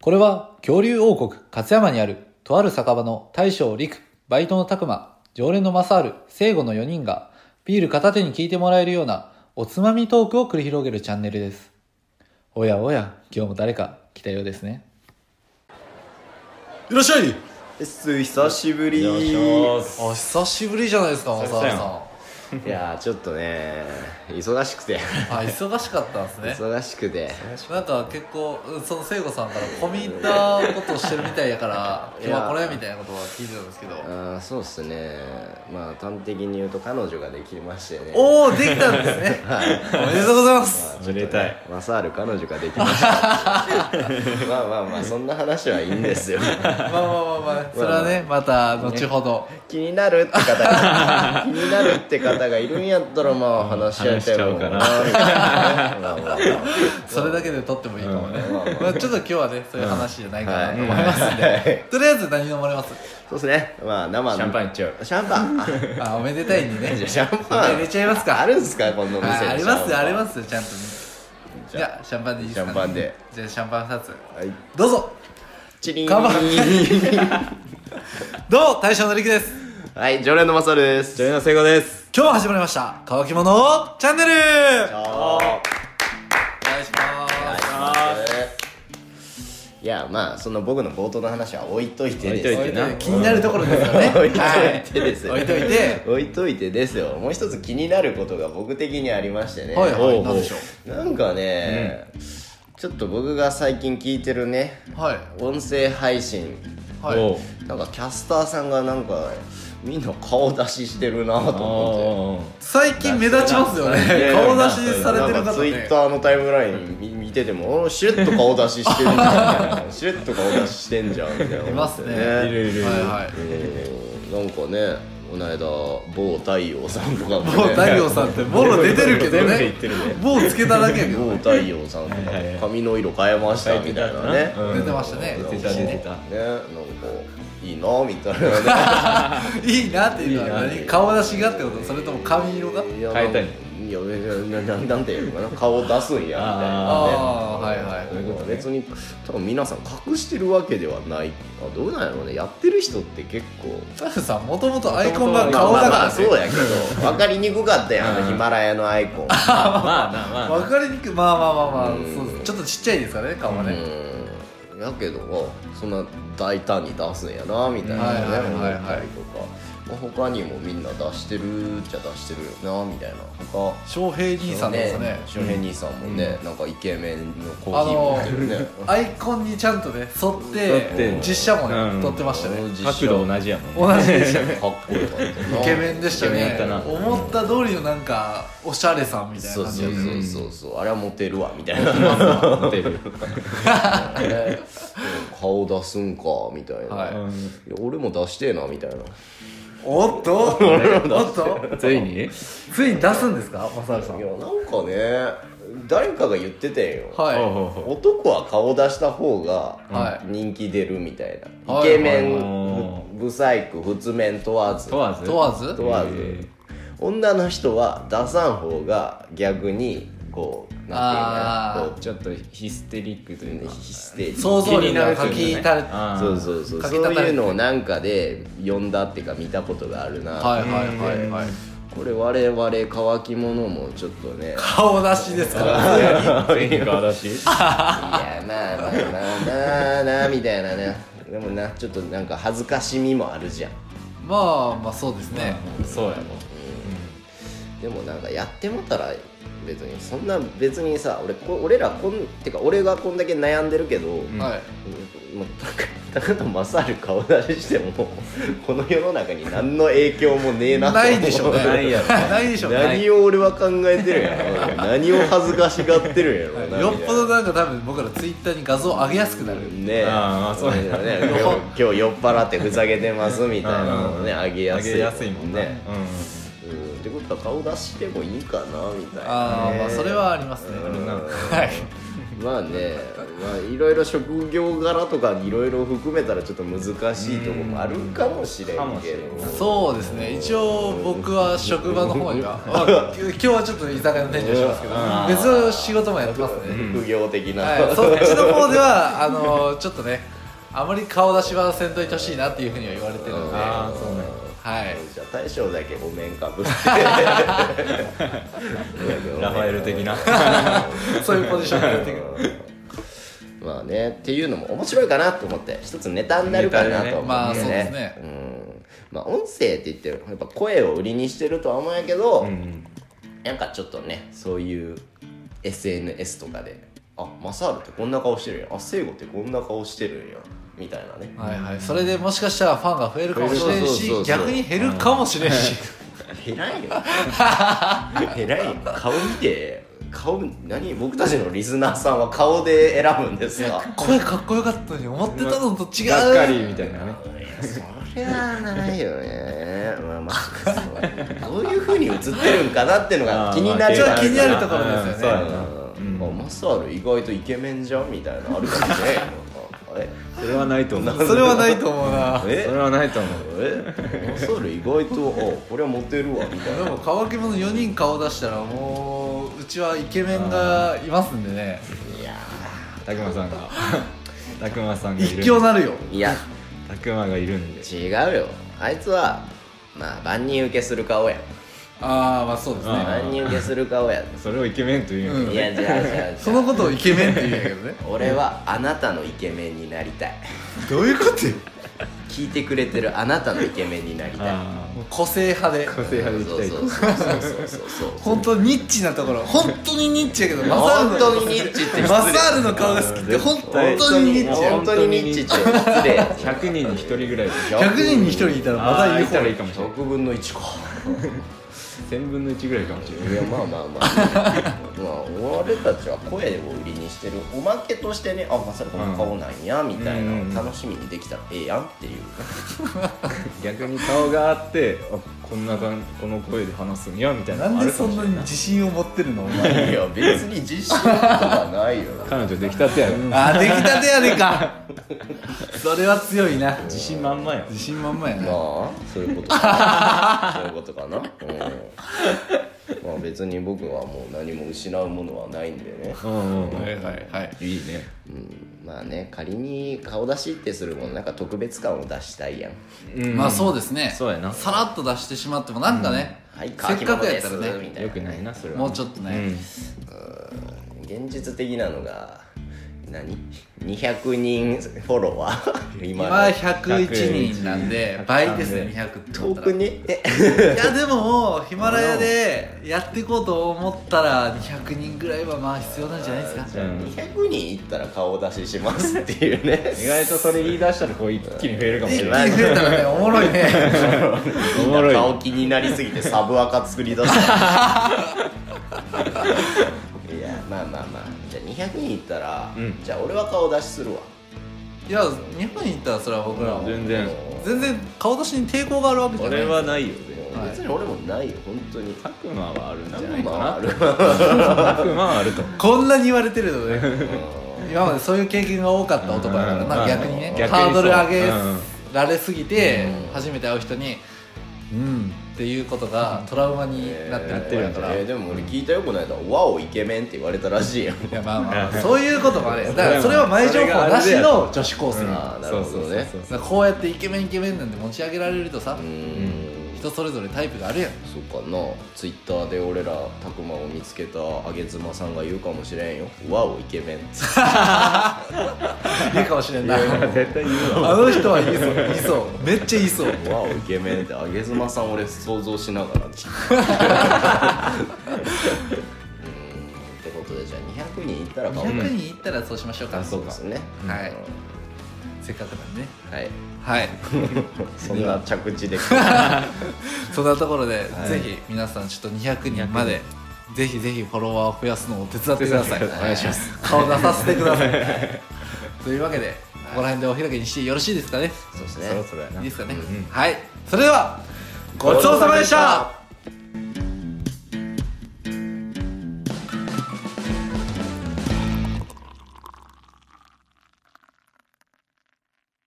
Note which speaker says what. Speaker 1: これは恐竜王国勝山にあるとある酒場の大将陸、バイトの拓馬、常連の正ル聖護の4人がビール片手に聞いてもらえるようなおつまみトークを繰り広げるチャンネルです。おやおや、今日も誰か来たようですね。
Speaker 2: いらっしゃい
Speaker 3: です久しぶりい
Speaker 1: あ、久しぶりじゃないですか、正
Speaker 2: 々
Speaker 1: 原
Speaker 2: さん
Speaker 1: さ
Speaker 3: やーちょっとね忙しくて
Speaker 1: ん。あ、忙しかったんですね。
Speaker 3: 忙しくて
Speaker 1: なんか結構、うんその聖子さんから込み入ったことをしてるみたいやから、
Speaker 3: いや
Speaker 1: 今日はこれみたいなことは聞いてたんですけど。
Speaker 3: あーそうっすねまあ端的に言うと彼女ができましてね
Speaker 1: おー、できたんですね。おめでとうございます。
Speaker 2: おめでたい
Speaker 3: マサール彼女ができま した。まあまあまあそんな話はいいんですよ。
Speaker 1: まあまあまあまあ、それはね、また後ほど。
Speaker 3: 気になるって方 が気になるって方がいるんやったらまあ話し合えたよ
Speaker 2: 話し ちゃうかな
Speaker 3: まあまあまあ
Speaker 1: それだけで撮ってもいいかもね、
Speaker 3: うんまあまあ
Speaker 1: まあ、ちょっと今日はねそういう話じゃないかなと思い
Speaker 3: はい
Speaker 1: ますんで、とりあえず何飲まれます
Speaker 3: そうですね。まあ生の
Speaker 2: シャンパンいっちゃう
Speaker 3: シャンパン。あ
Speaker 1: あおめでたいにね
Speaker 3: じゃあシャンパン
Speaker 1: 入れちゃいますか
Speaker 3: あるんすかこの店に
Speaker 1: あありますよあり
Speaker 3: す
Speaker 1: ますよちゃんとねじゃあシャンパンでいいですか、ね、
Speaker 3: シャンパンで
Speaker 1: じゃあシャンパン2つ
Speaker 3: はい
Speaker 1: どうぞ
Speaker 3: チリン
Speaker 1: 乾どうも大将のりくです
Speaker 3: はい常連のマサルです
Speaker 2: 女優の聖子です
Speaker 1: 今日も始まりました乾き物チャンネルお願
Speaker 3: はい
Speaker 1: します
Speaker 3: いやまあその僕の冒頭の話は置いといてです
Speaker 2: 置
Speaker 1: 置
Speaker 2: い
Speaker 1: い
Speaker 2: て
Speaker 1: と
Speaker 2: ない
Speaker 1: て気になるところですよね
Speaker 3: 置いといてですよ
Speaker 1: はい、置いといて
Speaker 3: 置いといてですよもう一つ気になることが僕的にありましてね
Speaker 1: はいは
Speaker 2: おうお
Speaker 1: いう何でしょ
Speaker 3: なんかね、ちょっと僕が最近聞いてるね
Speaker 1: うはい
Speaker 3: 音声配信
Speaker 1: はい
Speaker 2: おう
Speaker 3: なんかキャスターさんがなんかみんな顔出ししてるなと思って
Speaker 2: おうおうおう
Speaker 1: 最近目立ちますよね
Speaker 2: いやいや
Speaker 1: 顔出しされて
Speaker 3: な
Speaker 1: る
Speaker 3: んか
Speaker 1: 方
Speaker 3: ツイ
Speaker 1: ね
Speaker 3: ッターのタイムライン見見ててもおシュッと顔出ししてるみたいなシュッと顔出ししてんじゃんみたいな思って
Speaker 1: いますね
Speaker 2: いるいるいる
Speaker 1: はいはいう
Speaker 3: ーんなんかねこの間某太陽さんとかも、ね、
Speaker 1: 某太陽さんってボロ出てるけど
Speaker 2: 全部
Speaker 1: ね
Speaker 2: 言ってるね
Speaker 1: 某つけただけやけど
Speaker 3: 某
Speaker 1: ね
Speaker 3: 太陽さんとか
Speaker 2: はいはいはい
Speaker 3: も髪の色変えましたみたいなね
Speaker 2: うん
Speaker 1: 出てましたね
Speaker 2: 出てた出てた
Speaker 3: ねなんかいいなみたいなね
Speaker 1: いいなっていうのはい
Speaker 2: い
Speaker 1: 何
Speaker 2: な
Speaker 1: 顔出しがってことそれとも 髪色が
Speaker 3: いや
Speaker 2: 変えたい
Speaker 3: いやなななんていうのかな顔出すんやみたいなね
Speaker 1: ああーはいはい
Speaker 3: なんか別に多分皆さん隠してるわけではないあどうなんやろうねやってる人って結構
Speaker 1: タフさんもともとアイコンが顔だか
Speaker 3: まあまあ
Speaker 1: ら
Speaker 3: そうやけど分かりにくかったやんあのヒマラヤのアイコン
Speaker 2: まあまあなまあ
Speaker 1: 分かりにくいまあまあまあまあ
Speaker 3: うん
Speaker 1: そうですちょっとちっちゃいですからね顔はね
Speaker 3: うんやけどそんな大胆に出すんやなみたいな
Speaker 1: はい
Speaker 3: ね
Speaker 1: はいは
Speaker 3: 思
Speaker 1: いはい
Speaker 3: ったりとか、まあ、他にもみんな出してるっちゃ出してるよなみたいな他
Speaker 1: 翔平兄さんですね
Speaker 3: 周平兄さんもね、なんかイケメンのコ
Speaker 1: あ
Speaker 3: ーヒー持
Speaker 1: の
Speaker 3: ってるね、
Speaker 1: アイコンにちゃんとね沿っ
Speaker 2: 沿ってて
Speaker 1: 実写も
Speaker 2: う
Speaker 1: ね
Speaker 2: ん
Speaker 1: 撮ってましたね
Speaker 2: 角度同じやもんね
Speaker 1: 同じでしたね
Speaker 3: かっこよかったな
Speaker 1: イケメンでした
Speaker 2: イケメンや
Speaker 1: ね
Speaker 2: ったな
Speaker 1: 思った通りのなんかおしゃれさんみたいな
Speaker 3: そう
Speaker 1: 感じ
Speaker 3: そ
Speaker 1: で
Speaker 3: う
Speaker 1: ね
Speaker 3: そうそうそうあれはモテるわみたいな
Speaker 2: モテる
Speaker 3: ね顔出すんかみたいな、
Speaker 1: はい
Speaker 3: いや俺も出してえなみたいな
Speaker 1: おっとおっと
Speaker 2: ついに
Speaker 1: ついに出すんですかマサルさん
Speaker 3: いやなんかね誰かが言っててんよ
Speaker 1: はい
Speaker 2: おうおうおう
Speaker 3: 男は顔出した方
Speaker 1: は
Speaker 3: が
Speaker 1: い
Speaker 3: 人気出るみたいな、
Speaker 1: はい
Speaker 3: イケメ
Speaker 2: はい
Speaker 3: ンブブサイク普通面問わず
Speaker 2: 問わず
Speaker 1: 問わず
Speaker 3: 問わず
Speaker 2: えー
Speaker 3: 女の人は出さん方が逆にこうなんていうのかなこ
Speaker 2: ちょっとヒステリックといううか
Speaker 3: ヒステリー
Speaker 1: 想像力がかきたれ
Speaker 2: あー
Speaker 3: そうそうそう
Speaker 1: か
Speaker 3: そう
Speaker 1: きたたれて
Speaker 3: いうのをなんかで読んだっていうか見たことがあるな、
Speaker 1: はいはいはいはい
Speaker 3: これ我々乾き物もちょっと ね
Speaker 1: 顔出しですから
Speaker 2: 全員顔出し
Speaker 3: いやまあまあまあまあなみたいなねでもなちょっとなんか恥ずかしみもあるじゃん
Speaker 1: まあまあそうですね
Speaker 2: そうやろ
Speaker 3: でもなんかやってもたら別にそんな別にさ俺こ俺らこんてか俺がこんだけ悩んでるけど、
Speaker 2: ん
Speaker 1: はい
Speaker 3: もう高田正治顔出ししてもこの世の中に何の影響もねえなと思
Speaker 1: な
Speaker 3: う
Speaker 1: いでしょうね
Speaker 2: ないやろ
Speaker 1: ないでしょうね
Speaker 3: 何を俺は考えてるんやろ何を恥ずかしがってるんやろな
Speaker 1: よっぽどなんか多分僕らツイッターに画像上げやすくなる
Speaker 3: ねえ
Speaker 2: ああまあそうや
Speaker 3: ね今日今日酔っ払ってふざけてますみたいなのをね
Speaker 2: うん
Speaker 3: あげやすい
Speaker 2: 上げやすいもんね
Speaker 3: うんってことは顔出してもいいかなみたいなね
Speaker 1: ああまあそれはありますね
Speaker 3: うん
Speaker 1: はい
Speaker 3: まあね、まあいろいろ職業柄とかいろいろ含めたらちょっと難しいところもあるかもしれん
Speaker 2: かもし
Speaker 3: け
Speaker 2: れん
Speaker 3: ど、
Speaker 1: そうですね一応僕は職場の方には、まあ、今日はちょっと居酒屋の店長してますけど
Speaker 2: うん
Speaker 1: 別の仕事もやってますね、
Speaker 3: 副業的な、
Speaker 1: はい、そっちの方ではあのちょっとねあまり顔出しはせんといてほしいなっていうふうには言われてるので、は
Speaker 2: あーそうなんや
Speaker 1: い、
Speaker 3: じゃあ大将だけお面かぶって
Speaker 2: ラファエル的な
Speaker 1: そういうポジションでやっていく
Speaker 3: うんまあねっていうのも面白いかなと思って一つネタになるかなと思
Speaker 1: ネタで
Speaker 3: って、
Speaker 1: ねまあそうですね
Speaker 3: うんまあ音声って言ってやっぱ声を売りにしてるとは思うんやけど、
Speaker 2: うん
Speaker 3: なんかちょっとねそういう SNS とかであマサールってこんな顔してるやんあ聖子ってこんな顔してるんやみたいなね
Speaker 1: はいはい、それでもしかしたらファンが増えるかもしれんし
Speaker 3: そうそうそうそう
Speaker 1: 逆に減るかもしれんし、
Speaker 3: 偉いよ 偉いよ顔見て顔何僕たちのリスナーさんは顔で選ぶんですか
Speaker 1: 声かっこよかったのに思ってたのと違う、
Speaker 2: がっかりみたいなね
Speaker 3: それはないよねまあまあそうどういうふうに映ってるんかなっていうのが気になる
Speaker 1: ちょっと気になるところですよね
Speaker 2: うんそうやな
Speaker 3: うんあマサール意外とイケメンじゃんみたいなのあるかもねあれ
Speaker 2: それはないと思う
Speaker 1: それは ないと思うな
Speaker 3: え
Speaker 2: それはないと思う
Speaker 3: えマサール意外とあこれはモテるわみたい
Speaker 1: で
Speaker 3: な
Speaker 1: も乾き物4人顔出したらもううちはイケメンがいますんでね
Speaker 2: たくまさ んがたくまさんがいる
Speaker 1: 一強なるよ
Speaker 3: いや
Speaker 2: たくまがいるんで
Speaker 3: 違うよあいつはまあ万人受けする顔や
Speaker 1: ああまあそうですね
Speaker 2: あ
Speaker 3: 万人受けする顔や
Speaker 2: それをイケメンというんや
Speaker 3: いや違う違う違う
Speaker 1: そのことをイケメンって言うんやけどね
Speaker 3: 俺はあなたのイケメンになりたい
Speaker 1: どういうことよ
Speaker 3: 聞いてくれてるあなたのイケメンになり
Speaker 2: け
Speaker 3: た
Speaker 2: ど
Speaker 3: い
Speaker 2: あ
Speaker 1: もう個性派で
Speaker 2: 個性派でいきたい
Speaker 3: そうそうそうそうそうそう
Speaker 1: 本当ニッチなところ本当にニッチやけどマサール
Speaker 3: 本
Speaker 1: の
Speaker 3: 当にニッチって失礼
Speaker 1: マサールの顔が好きって本当にニッチや
Speaker 3: 本当にニッチって失礼
Speaker 2: あ100人に1人ぐら いでしょ
Speaker 1: 100人に1人いたらまだ
Speaker 2: あー
Speaker 1: 言
Speaker 2: いうた
Speaker 1: 方
Speaker 2: ら
Speaker 1: が
Speaker 2: いいかもしれない
Speaker 3: 100分の1か
Speaker 2: 1000分の1ぐらいかもしれない
Speaker 3: いやまあまあまあまあ俺たちは声を売りにしてるおまけとしてねあまさかこの顔なんやみたいな
Speaker 2: うんうん
Speaker 3: のを楽しみにできたらええやんっていう
Speaker 2: 逆に顔があってあこんな感この声で話すんやみたいな
Speaker 1: なん
Speaker 2: のあ
Speaker 1: で
Speaker 2: るか
Speaker 1: そ
Speaker 2: も
Speaker 1: ん
Speaker 2: しれ
Speaker 1: な
Speaker 2: ない
Speaker 1: に自信を持ってるのお前
Speaker 3: いや別に自信とかないよ
Speaker 2: 彼女できたてやろ
Speaker 1: あー出来たてやでかそれは強いな
Speaker 2: 自信満々や
Speaker 1: 自信満々や
Speaker 3: ま
Speaker 1: な
Speaker 3: あそういうことかなそういうことかなうんまあ別に僕はもう何も失うものはないんでね
Speaker 2: うんうん
Speaker 1: はいはいはい
Speaker 2: いいね
Speaker 3: うんまあね仮に顔出しってするもんなんか特別感を出したいやん
Speaker 1: まあそう
Speaker 2: で
Speaker 1: ですね
Speaker 2: そうやな
Speaker 1: さらっと出してしまってもなんかね、
Speaker 3: はい
Speaker 1: せ
Speaker 3: 乾
Speaker 1: っ
Speaker 3: き
Speaker 1: か
Speaker 3: 物
Speaker 1: くや
Speaker 3: で
Speaker 1: った
Speaker 3: す
Speaker 1: ら
Speaker 3: み
Speaker 1: ね
Speaker 3: たい
Speaker 2: よ
Speaker 3: な
Speaker 2: くないなそれは
Speaker 1: もうちょっと
Speaker 2: う
Speaker 1: ね、
Speaker 2: ん
Speaker 3: 現実的なのが何200人フォロワー今
Speaker 1: 今
Speaker 3: の
Speaker 1: 101人なんで
Speaker 2: 101
Speaker 1: 倍ですね200って思っ
Speaker 3: 遠
Speaker 1: た
Speaker 3: く
Speaker 1: ら
Speaker 3: にえ
Speaker 1: いやでももうヒマラヤでやっていこうと思ったら200人ぐらいはまあ必要なんじゃないですか
Speaker 2: じゃあ
Speaker 3: 200人いったら顔出ししますっていうね
Speaker 2: 意外とそれ言い出したらこう一気に増えるかも
Speaker 1: 一
Speaker 2: し
Speaker 1: 気
Speaker 2: れ
Speaker 1: に
Speaker 2: ない
Speaker 1: 増えたらねおもろいね
Speaker 2: おもろい
Speaker 3: 顔気になりすぎてサブアカ作り出したいやまあまあまあじゃあ200人いったら、
Speaker 2: うん
Speaker 3: じゃあ俺は顔出しするわ
Speaker 1: いや日本に行ったらそれは僕らは
Speaker 2: 全然
Speaker 1: 全然顔出しに抵抗があるわけじゃない
Speaker 2: 俺はないよ全然
Speaker 3: 別に俺もないよ本当に
Speaker 2: たくまはあるんじゃ
Speaker 3: 何
Speaker 2: ない
Speaker 3: も
Speaker 2: か
Speaker 3: あ
Speaker 2: な
Speaker 3: る
Speaker 2: たくまはあると思う
Speaker 1: こんなに言われてるの ね今までそういう経験が多かった男やからな
Speaker 2: うん
Speaker 1: 逆にね
Speaker 2: 逆にそう
Speaker 1: ハードル上げ
Speaker 2: うん
Speaker 1: られすぎて
Speaker 3: うん
Speaker 1: 初めて会う人に「うん」っていうことがトラウマになってるっていうから、
Speaker 3: えーでも俺聞いたよこの間「ワオイケメン」って言われたらしいよ
Speaker 1: いやまあま あそういうこともあるよだからそれは前情報なしの女子高生、
Speaker 2: うん
Speaker 1: だか
Speaker 3: あーなるほどね
Speaker 2: そうそうそ
Speaker 1: ら
Speaker 2: う
Speaker 1: こうやってイケメンイケメンなんて持ち上げられるとさ
Speaker 3: う、ーん
Speaker 1: 人それぞれタイプがあるやん
Speaker 3: そうかなツイッターで俺らたくまを見つけたあげ妻さんが言うかもしれんよ「ワオイケメン」って
Speaker 1: いいかもしれんな
Speaker 2: そう絶対言うわ
Speaker 1: あの人は言いそう言いそうめっちゃ言いそう
Speaker 3: 「ワオイケメン」ってあげ妻さん俺想像しながらうーんってことでじゃあ200人いったら顔
Speaker 1: 200人いったらそうしましょうか
Speaker 2: あそう
Speaker 3: で
Speaker 2: か
Speaker 3: すね
Speaker 1: は
Speaker 3: う
Speaker 1: い
Speaker 3: ん
Speaker 1: せっかくなんでね
Speaker 3: はい
Speaker 1: はい
Speaker 3: そんな着地で
Speaker 1: そんなところで、ぜひ皆さんちょっと200人までぜひぜひフォロワーを増やすのを手伝ってください
Speaker 2: 手伝ってくださいお願いします
Speaker 1: 顔出させてくださいというわけでここら辺でお開きにしてよろしいですかね
Speaker 3: そうです
Speaker 2: そろそろやない
Speaker 1: いですかね、
Speaker 2: ん
Speaker 1: はいそれではごちそうさまでした